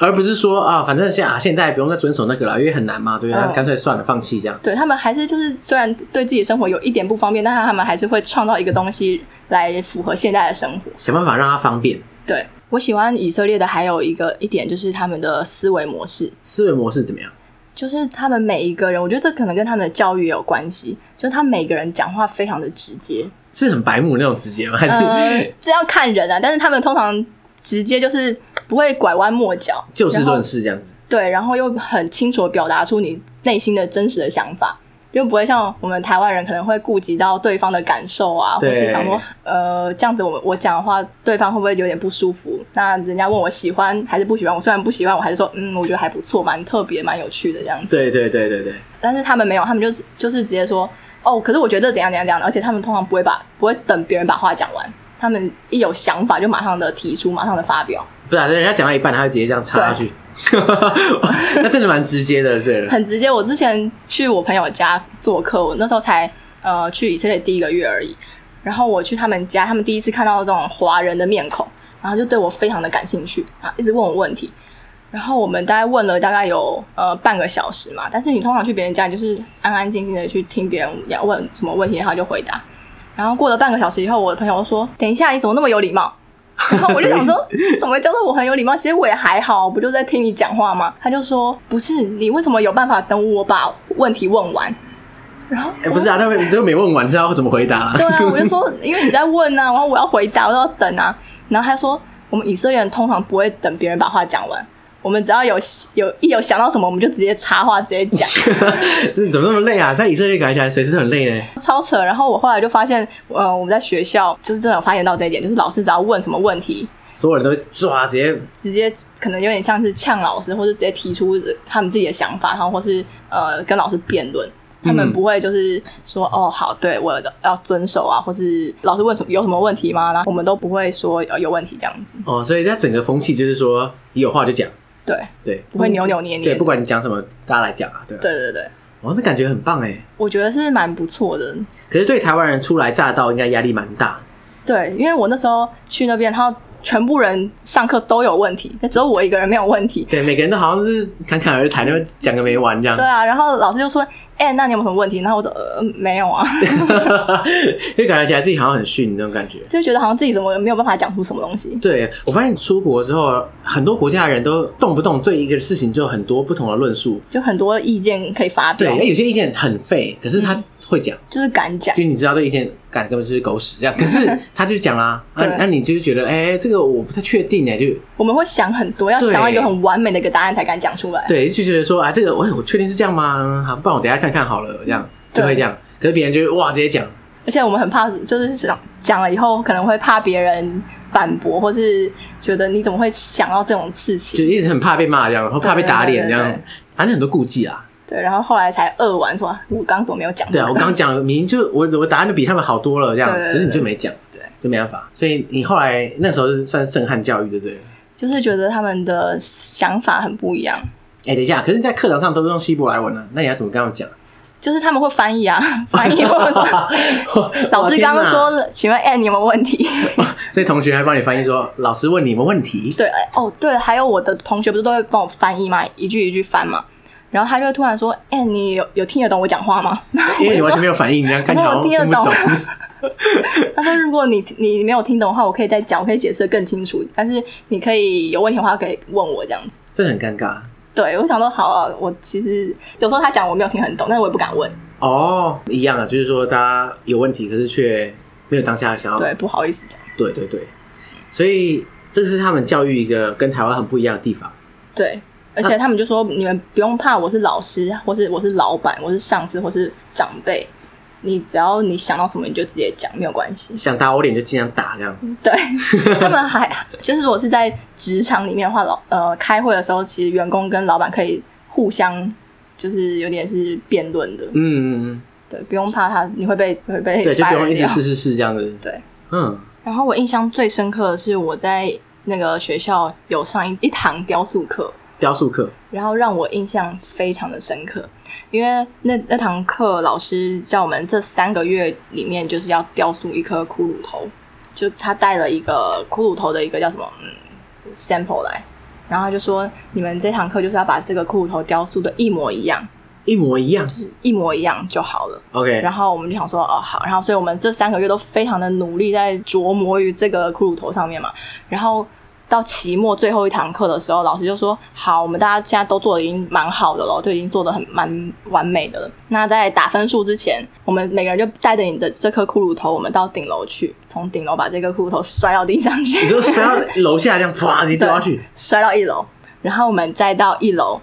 而不是说啊，反正现啊现在不用再遵守那个了，因为很难嘛，对不对？
嗯
那干脆算了，放弃这样。
对他们还是就是虽然对自己生活有一点不方便，但是他们还是会创造一个东西来符合现在的生活。
想办法让它方便。
对我喜欢以色列的还有一个一点就是他们的思维模式，
思维模式怎么样？
就是他们每一个人，我觉得这可能跟他们的教育也有关系，就是他们每个人讲话非常的直接，
是很白目那种直接吗？还是、
呃，这要看人啊，但是他们通常直接就是不会拐弯抹角，
就事
然后
论事这样子？
对，然后又很清楚地表达出你内心的真实的想法，就不会像我们台湾人可能会顾及到对方的感受啊，或
对
是想说，呃，这样子我我讲的话，对方会不会有点不舒服？那人家问我喜欢还是不喜欢，我虽然不喜欢，我还是说，嗯，我觉得还不错，蛮特别，蛮有趣的这样子。
对对对对对，
但是他们没有，他们就只就是直接说，哦，可是我觉得怎样怎样怎样，而且他们通常不会把不会等别人把话讲完，他们一有想法就马上的提出，马上的发表，
不是、啊，人家讲到一半，他会直接这样插下去， <laughs> 那真的蛮直接的，对了。
啊很直接。我之前去我朋友家做客，我那时候才呃去以色列第一个月而已，然后我去他们家，他们第一次看到这种华人的面孔，然后就对我非常的感兴趣啊，一直问我问题。然后我们大概问了大概有呃半个小时嘛，但是你通常去别人家，你就是安安静静的去听别人要问什么问题，然后就回答。然后过了半个小时以后，我的朋友说：“等一下，你怎么那么有礼貌？” <laughs> 然后我就
<laughs>
想说，什么叫做我很有礼貌？其实我也还好，不就在听你讲话吗？他就说：“不是，你为什么有办法等我把问题问完？”然后
哎、不是啊，他们都没问完，知道怎么回答、 <laughs>
对啊，我就说，因为你在问啊，然后我要回答，我要等啊。然后他说，我们以色列人通常不会等别人把话讲完，我们只要有有一有想到什么，我们就直接插话，直接讲， <laughs>
这怎么那么累啊？在以色列感觉起来随时都很累呢。
超扯。然后我后来就发现，呃，我们在学校就是真的有发现到这一点，就是老师只要问什么问题，
所有人都抓，直接
直接可能有点像是呛老师，或者直接提出他们自己的想法，然后或是呃跟老师辩论。他们
嗯
不会就是说、哦好，对我的要遵守啊，或是老师问什么有什么问题吗？然后我们都不会说呃有问题这样子。
哦，所以它整个风气就是说，你有话就讲，
对，
对，
不会扭扭捏捏。
嗯对，不管你讲什么，大家来讲啊，对吧？
对对对，
哇，那感觉很棒哎。
我觉得是蛮不错的。
可是对台湾人初来乍到，应该压力蛮大的。
对，因为我那时候去那边，然后全部人上课都有问题，只有我一个人没有问题。
对，每个人都好像是侃侃而谈，那么讲个没完这样
对。啊，然后老师就说：“哎、那你有没有什么问题？”然后我就呃没有啊， <laughs>
<laughs> 就感觉起来自己好像很逊那种感觉。
就觉得好像自己怎么没有办法讲出什么东西。
对我发现出国之后，很多国家的人都动不动对一个事情就有很多不同的论述。
就很多意见可以发
对，哎
表，
那有些意见很废，可是
嗯
他会讲，
就是敢讲。
就你知道这个意见感根本就是狗屎这样，可是 <laughs> 他就讲啦，那、
嗯对
那你就是觉得，哎、这个我不太确定哎，就
我们会想很多，要
对
想到一个很完美的一个答案才敢讲出来。
对，就觉得说啊，这个我我确定是这样吗？嗯好，不然我等一下看看好了，这样就会这样。可是别人就哇直接讲，
而且我们很怕，就是想讲了以后可能会怕别人反驳，或是觉得你怎么会想到这种事情
就？一直很怕被骂这样，然后怕被打脸这
对对
样
对对，
反正很多顾忌啊。
对，然后后来才扼腕说，我刚刚怎么没有讲、
<laughs> 对啊，我刚讲明明就我我答案就比他们好多了，这样，
对对对
只是你就没讲，
对，
就没办法。所以你后来那时候是算震撼教育，对不对了？
就是觉得他们的想法很不一样，
哎、等一下，可是你在课堂上都是用希伯来文呢，那你要怎么跟他们讲？
就是他们会翻译啊，翻
<laughs>
译或者说老师刚刚说，了，请问 Anne 有没有问题？
所以同学还帮你翻译说，老师问你们问
<laughs>
题，
对，哎哦对，还有我的同学不是都会帮我翻译吗？一句一句翻嘛。然后他就会突然说：“哎、你有有听得懂我讲话吗 <laughs>
因哎为你完全没有反应，你这样看起来好像听不
我
懂
听。？”他说：“如果你你没有听懂的话，我可以再讲，我可以解释的更清楚。但是你可以有问题的话，可以问我这样子。
<laughs> 这很尴尬”
对，我想说好、啊，我其实有时候他讲我没有听很懂，但是我也不敢问。
哦，一样啊，就是说大家有问题，可是却没有当下想要
对，不好意思讲。
对对对，所以这是他们教育一个跟台湾很不一样的地方。
对，而且他们就说、你们不用怕，我是老师，或是我是老板，我是上司，或是长辈，你只要你想到什么你就直接讲，没有关系。
想打我脸就尽量打，这样
<laughs> 对他们还就是如果是在职场里面的话，老呃开会的时候，其实员工跟老板可以互相。就是有点是辩论的，
嗯嗯嗯，
对，不用怕他，你会被会被
对，就不用
fire
一直
掉
试试试这样子。
对，
嗯，
然后我印象最深刻的是我在那个学校有上一一堂雕塑课，
雕塑课，
然后让我印象非常的深刻，因为那那堂课老师叫我们这三个月里面就是要雕塑一颗骷髅头，就他带了一个骷髅头的一个叫什么嗯 sample 来，然后他就说你们这堂课就是要把这个骷髅头雕塑的一模一样，
一模一样。
一模一样就好了。
OK，
然后我们就想说，哦好，然后所以我们这三个月都非常的努力在琢磨于这个骷髅头上面嘛。然后到期末最后一堂课的时候，老师就说：“好，我们大家现在都做的已经蛮好的了，都已经做的很蛮完美的了。那在打分数之前，我们每个人就带着你的这颗骷髅头，我们到顶楼去，从顶楼把这颗骷髅头摔到地上去。
你 <laughs> 就摔到楼下这样，啪，直接掉下去
对，摔到一楼，然后我们再到一楼，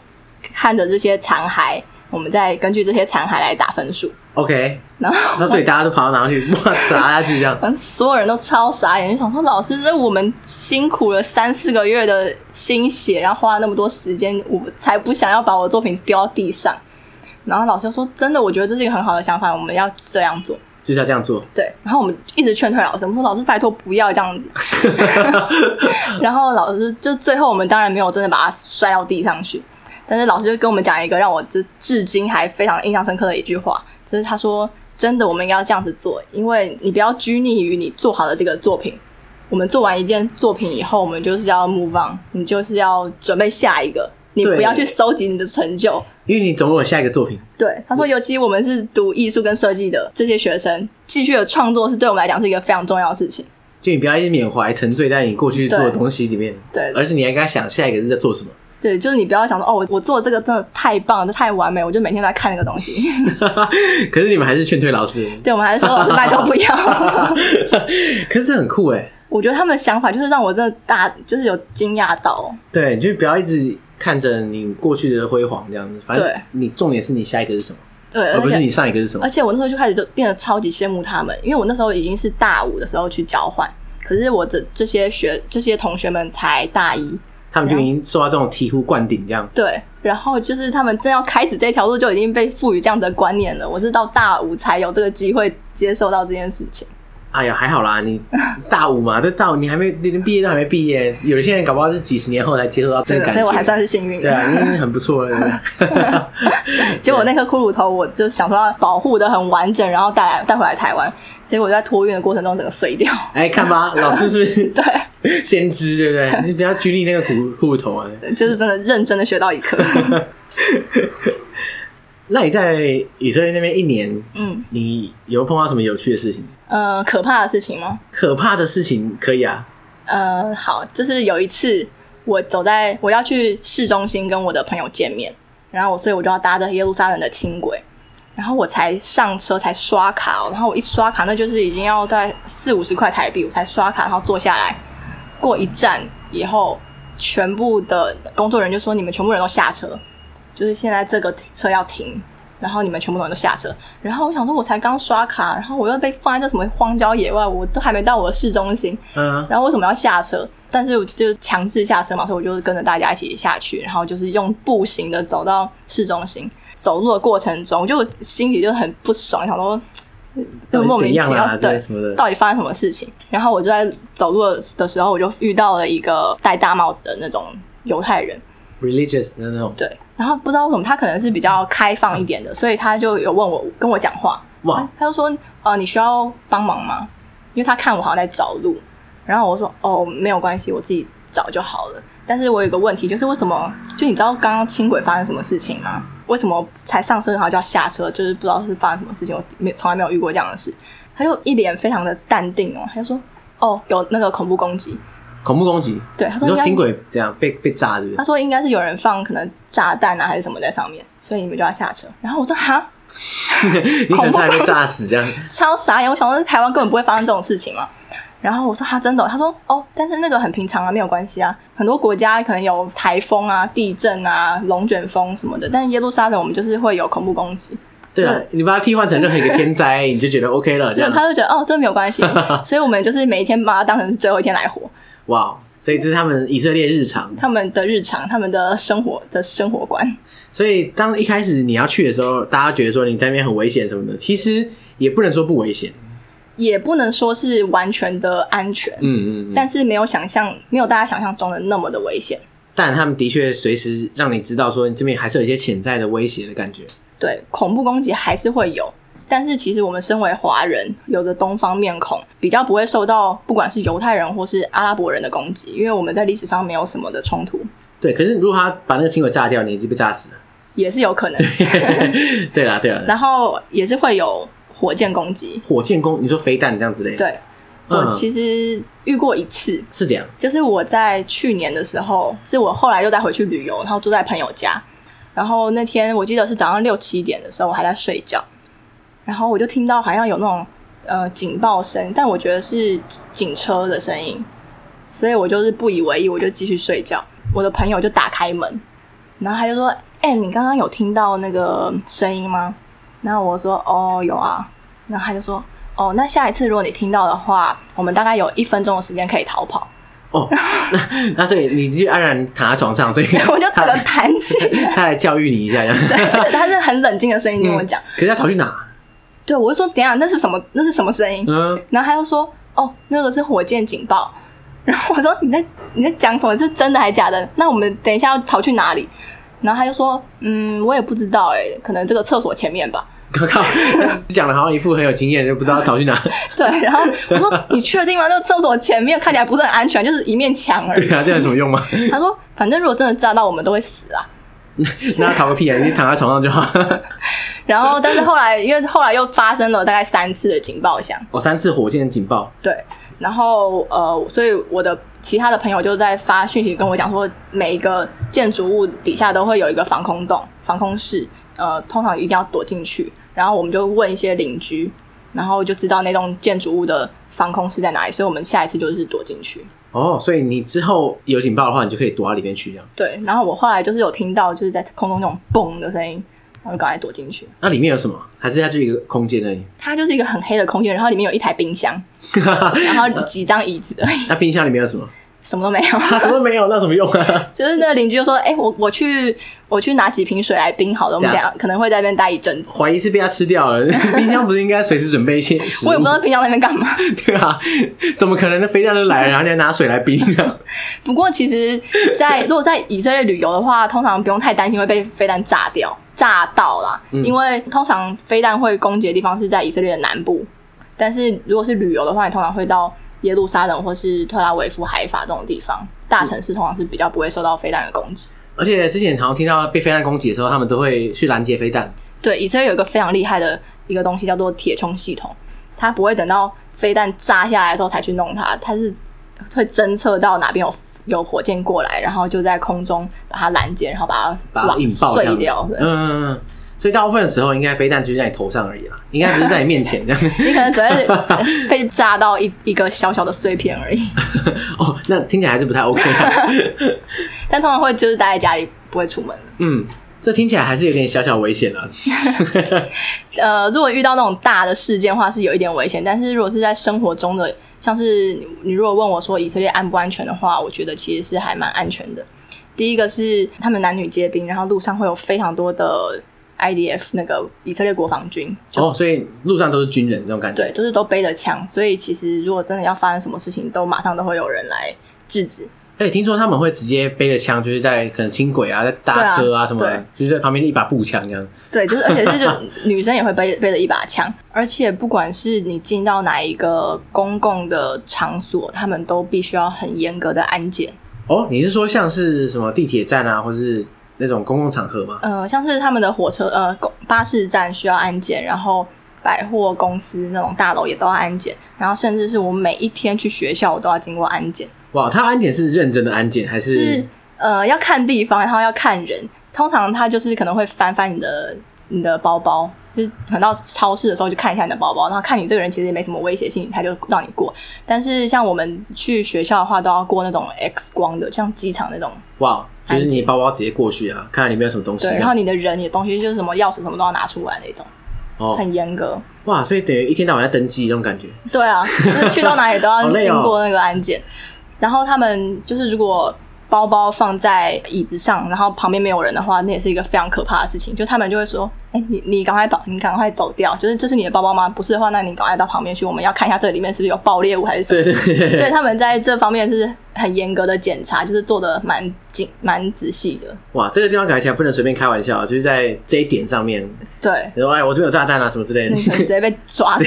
看着这些残骸，我们再根据这些残骸来打分数。
，OK。
然后
那所以大家都爬到哪去， <laughs> 哇，砸下去这样。
反正所有人都超傻眼，就想说老师，这我们辛苦了三四个月的心血，然后花了那么多时间，我才不想要把我的作品丢到地上。然后老师就说：“真的，我觉得这是一个很好的想法，我们要这样做。
就是要这样做。”
对，然后我们一直劝退老师，我们说：“老师，拜托不要这样子。” <laughs> 然后老师就最后我们当然没有真的把它摔到地上去，但是老师就跟我们讲一个让我就至今还非常印象深刻的一句话，就是他说：“真的，我们应该要这样子做，因为你不要拘泥于你做好的这个作品。我们做完一件作品以后，我们就是要 move on，你就是要准备下一个，你
对
不要去收集你的成就。”
因为你总有下一个作品，
对，他说，尤其我们是读艺术跟设计的这些学生，继续的创作是对我们来讲是一个非常重要的事情。
就你不要一直缅怀沉醉在你过去做的东西里面，
对
而是你应该想下一个是在做什么。
对，就是你不要想说，哦，我我做这个真的太棒，这太完美，我就每天都在看那个东西。 <laughs>
可是你们还是劝退老师， <laughs>
对，我们还是说老师拜托不要。 <laughs>
可是这很酷哎，
我觉得他们的想法就是让我真的大，就是有惊讶到。
对，你就不要一直看着你过去的辉煌这样子，反正
对
你重点是你下一个是什么，
对，
而
而
哦不是
且呃
你上一个是什么
而。且我那时候就开始就变得超级羡慕他们，因为我那时候已经是大五的时候去交换，可是我的这些学这些同学们才大一，
他们就已经受到这种醍醐灌顶这样。
对，然后就是他们正要开始这条路，就已经被赋予这样的观念了。我是到大五才有这个机会接受到这件事情。
哎呀，还好啦，
<laughs>
你大五嘛，都大五，你还没你连毕业都还没毕业，有些人搞不好是几十年后才接触到这个
对的，
感觉，
所以我还算是幸运。
对
<laughs>
啊，因为很不错了。
结果那颗骷髅头，我就想说要保护的很完整，然后带来带回来台湾。结果我在托运的过程中整个碎掉。
<laughs>
<laughs>
哎，看吧，老师是不是
对，
先知，对不对？你不要拘泥那个苦苦头啊。
就是真的认真的学到一
<laughs>
课。
那你在以色列那边一年，
嗯，
你有碰到什么有趣的事情？
呃，可怕的事情吗？
可怕的事情可以啊，
呃，好，就是有一次我走在我要去市中心跟我的朋友见面，然后我所以我就要搭着耶路撒冷的轻轨，然后我才上车才刷卡、哦，然后我一刷卡那就是已经要在四五十块台币，我才刷卡，然后坐下来，过一站以后，全部的工作人员就说你们全部人都下车，就是现在这个车要停。然后你们全部人都下车，然后我想说，我才刚刷卡，然后我又被放在这什么荒郊野外，我都还没到我的市中心，
嗯，
然后为什么要下车？但是我就强制下车嘛，所以我就跟着大家一起下去，然后就是用步行的走到市中心。走路的过程中，我就心里就很不爽，
<laughs>
想说
到
就
底
莫
怎
名
样
其妙、
啦，这
对
什么的，
到底发生什么事情。然后我就在走路的时候，我就遇到了一个戴大帽子的那种犹太人，
religious 的那种，
对。然后不知道为什么他可能是比较开放一点的，所以他就有问我跟我讲话，
哇，
他就说：“呃，你需要帮忙吗？”因为他看我好像在找路，然后我说：“哦，没有关系，我自己找就好了。”但是我有一个问题，就是为什么？就你知道刚刚轻轨发生什么事情吗？为什么才上车然后就要下车？就是不知道是发生什么事情，我没有从来没有遇过这样的事。他就一脸非常的淡定哦，他就说：“哦，有那个恐怖攻击。
恐怖攻击”，
对，他
你
说应
说
该
轻轨这样被被炸，对不
他
对？
说应该是有人放可能炸弹啊还是什么在上面，所以你们就要下车。然后我说：“哈，
<laughs> 你可能差点被
恐怖攻击
炸死这样，
超傻眼，我想说台湾根本不会发生这种事情嘛。然后我说他真的哦，他说哦，但是那个很平常啊，没有关系啊。很多国家可能有台风啊、地震啊、龙卷风什么的，但耶路撒冷我们就是会有恐怖攻击，
对啊
对，
你把它替换成任何一个天灾，你就觉得 OK 了，这
所以
样，
他就觉得哦，这没有关
<laughs>
系，所以我们就是每一天把它当成是最后一天来活，
哇，所以这是他们以色列日常。
他们的日常、他们的生活的生活观。
所以当一开始你要去的时候，大家觉得说你在那边很危险什么的，其实也不能说不危险，
也不能说是完全的安全，
嗯嗯嗯，
但是没有想象，没有大家想象中的那么的危险。
但他们的确随时让你知道说你这边还是有一些潜在的威胁的感觉。
对，恐怖攻击还是会有，但是其实我们身为华人，有着东方面孔，比较不会受到不管是犹太人或是阿拉伯人的攻击，因为我们在历史上没有什么的冲突，
对，可是如果他把那个轻轨炸掉，你就被炸死了。
<laughs> 也是有可能。
<laughs> 对啦，对啦，
然后也是会有火箭攻击，
火箭攻，你说飞弹这样之类的，
对。我
嗯
其实遇过一次，
是这样，
就是我在去年的时候，是我后来又再回去旅游，然后住在朋友家。然后那天我记得是早上六七点的时候，我还在睡觉，然后我就听到好像有那种呃警报声，但我觉得是警车的声音，所以我就是不以为意，我就继续睡觉。我的朋友就打开门，然后他就说：“哎、你刚刚有听到那个声音吗？”然后我说：“哦，有啊。”然后他就说：“哦，那下一次如果你听到的话，我们大概有一分钟的时间可以逃跑。”
哦，那 <laughs> 那所以你就安然躺在床上，所以
<laughs> 我就整
他
个弹起来，
<laughs> 他来教育你一下，这样。
而且他是很冷静的声音跟我讲，
可是要逃去哪？
对我就说等一下那是什么那是什么声音？
嗯，
然后他又说哦那个是火箭警报，然后我说你在你在讲什么？是真的还假的？那我们等一下要逃去哪里？然后他就说嗯我也不知道哎、可能这个厕所前面吧。
靠靠，讲的好像一副很有经验，就不知道逃去哪。 <laughs>
对，然后我说你确定吗？那个厕所前面看起来不是很安全，就是一面墙而
对
已。
啊，这样有什么用 <laughs> 吗？
他说反正如果真的炸到我们都会死啊。
那逃个屁啊！你躺在床上就好。 <laughs>
然后但是后来因为后来又发生了大概三次的警报响。
哦，三次火箭警报，
对，然后呃，所以我的其他的朋友就在发讯息跟我讲说，每一个建筑物底下都会有一个防空洞、防空室，呃，通常一定要躲进去。然后我们就问一些邻居，然后就知道那栋建筑物的防空室在哪里，所以我们下一次就是躲进去。
哦，所以你之后有警报的话，你就可以躲到里面去，这样。
对，然后我后来就是有听到就是在空中那种嘣的声音，然后就赶快躲进去。
那里面有什么？还是它就一个空间而已？
它就是一个很黑的空间，然后里面有一台冰箱，然后几张椅子而已，
那冰箱里面有 <laughs> 什么？
什么都没有。
它什么都没有，那有什么用啊？
就是那个邻居就说：“哎、我我去我去拿几瓶水来冰好了，我们
对啊
俩可能会在那边待一阵
<laughs>
子。
怀疑是被它吃掉 <laughs> 了。冰箱不是应该随时准备一些食物？
我也不知道冰箱那边干嘛。
<laughs>
<laughs>
对啊，怎么可能？那飞弹都来了，然后你还拿水来冰 <laughs> 啊？
不过其实在，如果在以色列旅游的话，通常不用太担心会被飞弹炸掉、炸到啦，
嗯
因为通常飞弹会攻击的地方是在以色列的南部。但是如果是旅游的话，你通常会到耶路撒冷或是特拉维夫、海法这种地方，大城市通常是比较不会受到飞弹的攻击。
而且之前好像听到被飞弹攻击的时候，他们都会去拦截飞弹。
对，以色列有一个非常厉害的一个东西叫做铁冲系统，它不会等到飞弹炸下来的时候才去弄它，它是会侦测到哪边有有火箭过来，然后就在空中把它拦截，然后把
把它
它往
引爆这
碎
样
掉。对
嗯，所以大部分的时候，应该飞弹就是在你头上而已啦，应该只是在你面前
<laughs>
这样。
你可能
<laughs>
只会被炸到一一个小小的碎片而已，
哦，那听起来还是不太 OK
<laughs>
啊。
但通常会就是待在家里不会出门。
嗯，这听起来还是有点小小危险啊了。
呃，如果遇到那种大的事件的话，是有一点危险。但是如果是在生活中的，像是你你如果问我说以色列安不安全的话，我觉得其实是还蛮安全的。第一个是他们男女皆兵，然后路上会有非常多的 IDF 那个以色列国防军，就、
哦，所以路上都是军人这种感觉。
对，就是都背着枪，所以其实如果真的要发生什么事情，都马上都会有人来制止。
而哎且听说他们会直接背着枪，就是在可能轻轨啊，在搭车啊什么
对
的，就是在旁边一把步枪这样。
对，就是而且这就女生也会背背着一把枪，而且不管是你进到哪一个公共的场所，他们都必须要很严格的安检。
哦，你是说像是什么地铁站啊，或是那种公共场合吗？
呃，像是他们的火车呃公巴士站需要安检，然后百货公司那种大楼也都要安检，然后甚至是我每一天去学校，我都要经过安检。
哇，他安检是认真的安检还
是
是？
呃要看地方，然后要看人。通常他就是可能会翻翻你的你的包包，就是可能到超市的时候就看一下你的包包，然后看你这个人其实也没什么威胁性，他就让你过。但是像我们去学校的话，都要过那种 X 光的，像机场那种。
哇，就是
安
你
检
包包直接过去啊，看看里面有什么东西
对，
这
然后
样。
你的人、你的东西就是什么钥匙什么都要拿出来那种，
哦，
很严格。
哇，所以等于一天到晚在登记那种感觉。
对啊，就是去到哪里
<laughs>
都
好
要
累哦
经过那个安检。然后他们就是如果包包放在椅子上，然后旁边没有人的话，那也是一个非常可怕的事情。就他们就会说：“哎、你你赶快跑，你赶快走掉，就是这是你的包包吗？不是的话，那你赶快到旁边去，我们要看一下这里面是不是有爆裂物还是什么。
对对对
所以
对，
他们在这方面是很严格的检查，就是做的蛮紧、蛮仔细的。
哇，这个地方感觉起来不能随便开玩笑，啊就是在这一点上面， <laughs>
对，
然后哎，我这边有炸弹啊什么之类
那
的
你，可能
<laughs>
直接被抓走。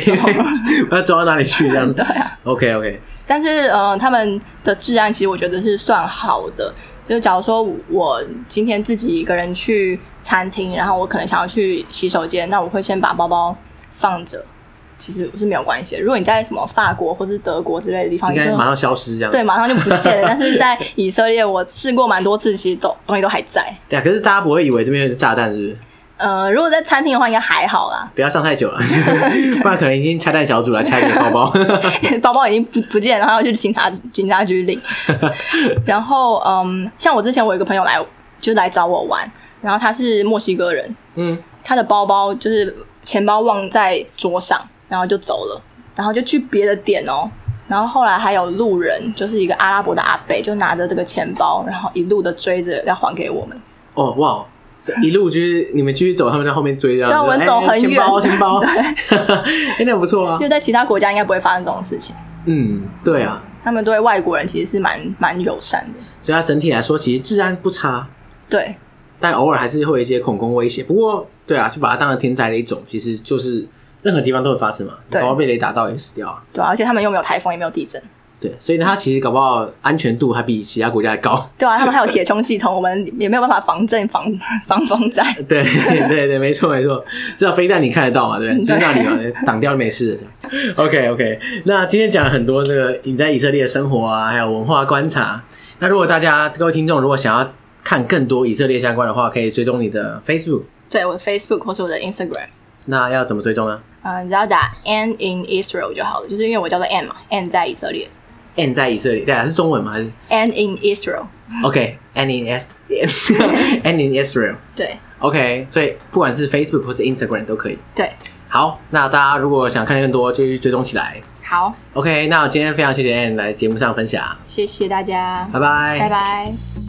把它抓到哪里去这样
<laughs> 对啊。
？OK OK，
但是呃，他们的治安其实我觉得是算好的。就假如说我今天自己一个人去餐厅，然后我可能想要去洗手间，那我会先把包包放着，其实是没有关系的。如果你在什么法国或是德国之类的地方，
应
你就
该马上消失这样。
对，马上就不
<laughs>
见了。但是在以色列，我试过蛮多次，其实都东西都还在。
对啊，可是大家不会以为这边是炸弹，是
<laughs>
不是？
呃，如果在餐厅的话，应该还好啦，
不要上太久了，不然可能已经拆弹小组来拆你的包包。
<laughs> 包包已经不不见了，然后要去警察警察
<laughs>
局领。然后，嗯，像我之前我有一个朋友来，就来找我玩，然后他是墨西哥人，
嗯，
他的包包就是钱包忘在桌上，然后就走了，然后就去别的点哦。然后后来还有路人，就是一个阿拉伯的阿伯，就拿着这个钱包，然后一路的追着要还给我们。
哦哇，这一路就是你们继续走，他们在后面追这样子。
对我们
哎
走很
钱包
远
钱
<laughs>
<laughs> 包，真的不错啊
因。为在其他国家应该不会发生这种事情，
嗯，对啊，
他们对外国人其实是蛮蛮友善的。
所以它整体来说其实治安不差，
对，
但偶尔还是会有一些恐攻威胁。不过，对啊，就把它当成天灾的一种，其实就是任何地方都会发生嘛。
对
搞不好被雷打到也死掉啊。
对啊、而且他们又没有台风，也没有地震，
对，所以呢，它其实搞不好安全度还比其他国家还高。 <laughs>
对啊，他们还有铁穹系统，我们也没有办法防震、防 <laughs> 防风灾。
对对对，没错没错，至少飞弹你看得到嘛，对不对？
对
就是那里嘛，挡掉就没事了。OK OK，那今天讲了很多这个你在以色列的生活啊，还有文化观察。那如果大家各位听众如果想要看更多以色列相关的话，可以追踪你的 Facebook。
对，我的 Facebook 或是我的 Instagram，
那要怎么追踪呢
嗯、呃，你只要打 N in Israel 就好了，就是因为我叫做 N 嘛，N 在以色列
n 在以色列，对啊，是中文吗？还是
，N in Israel，
OK，N in S <laughs> N in Israel。
对
OK，所以不管是 Facebook 或是 Instagram 都可以。
对，
好，那大家如果想看更多，就去追踪起来。
好，
OK，那我今天非常谢谢 Ann 来节目上分享，
谢谢大家，
拜拜，
拜拜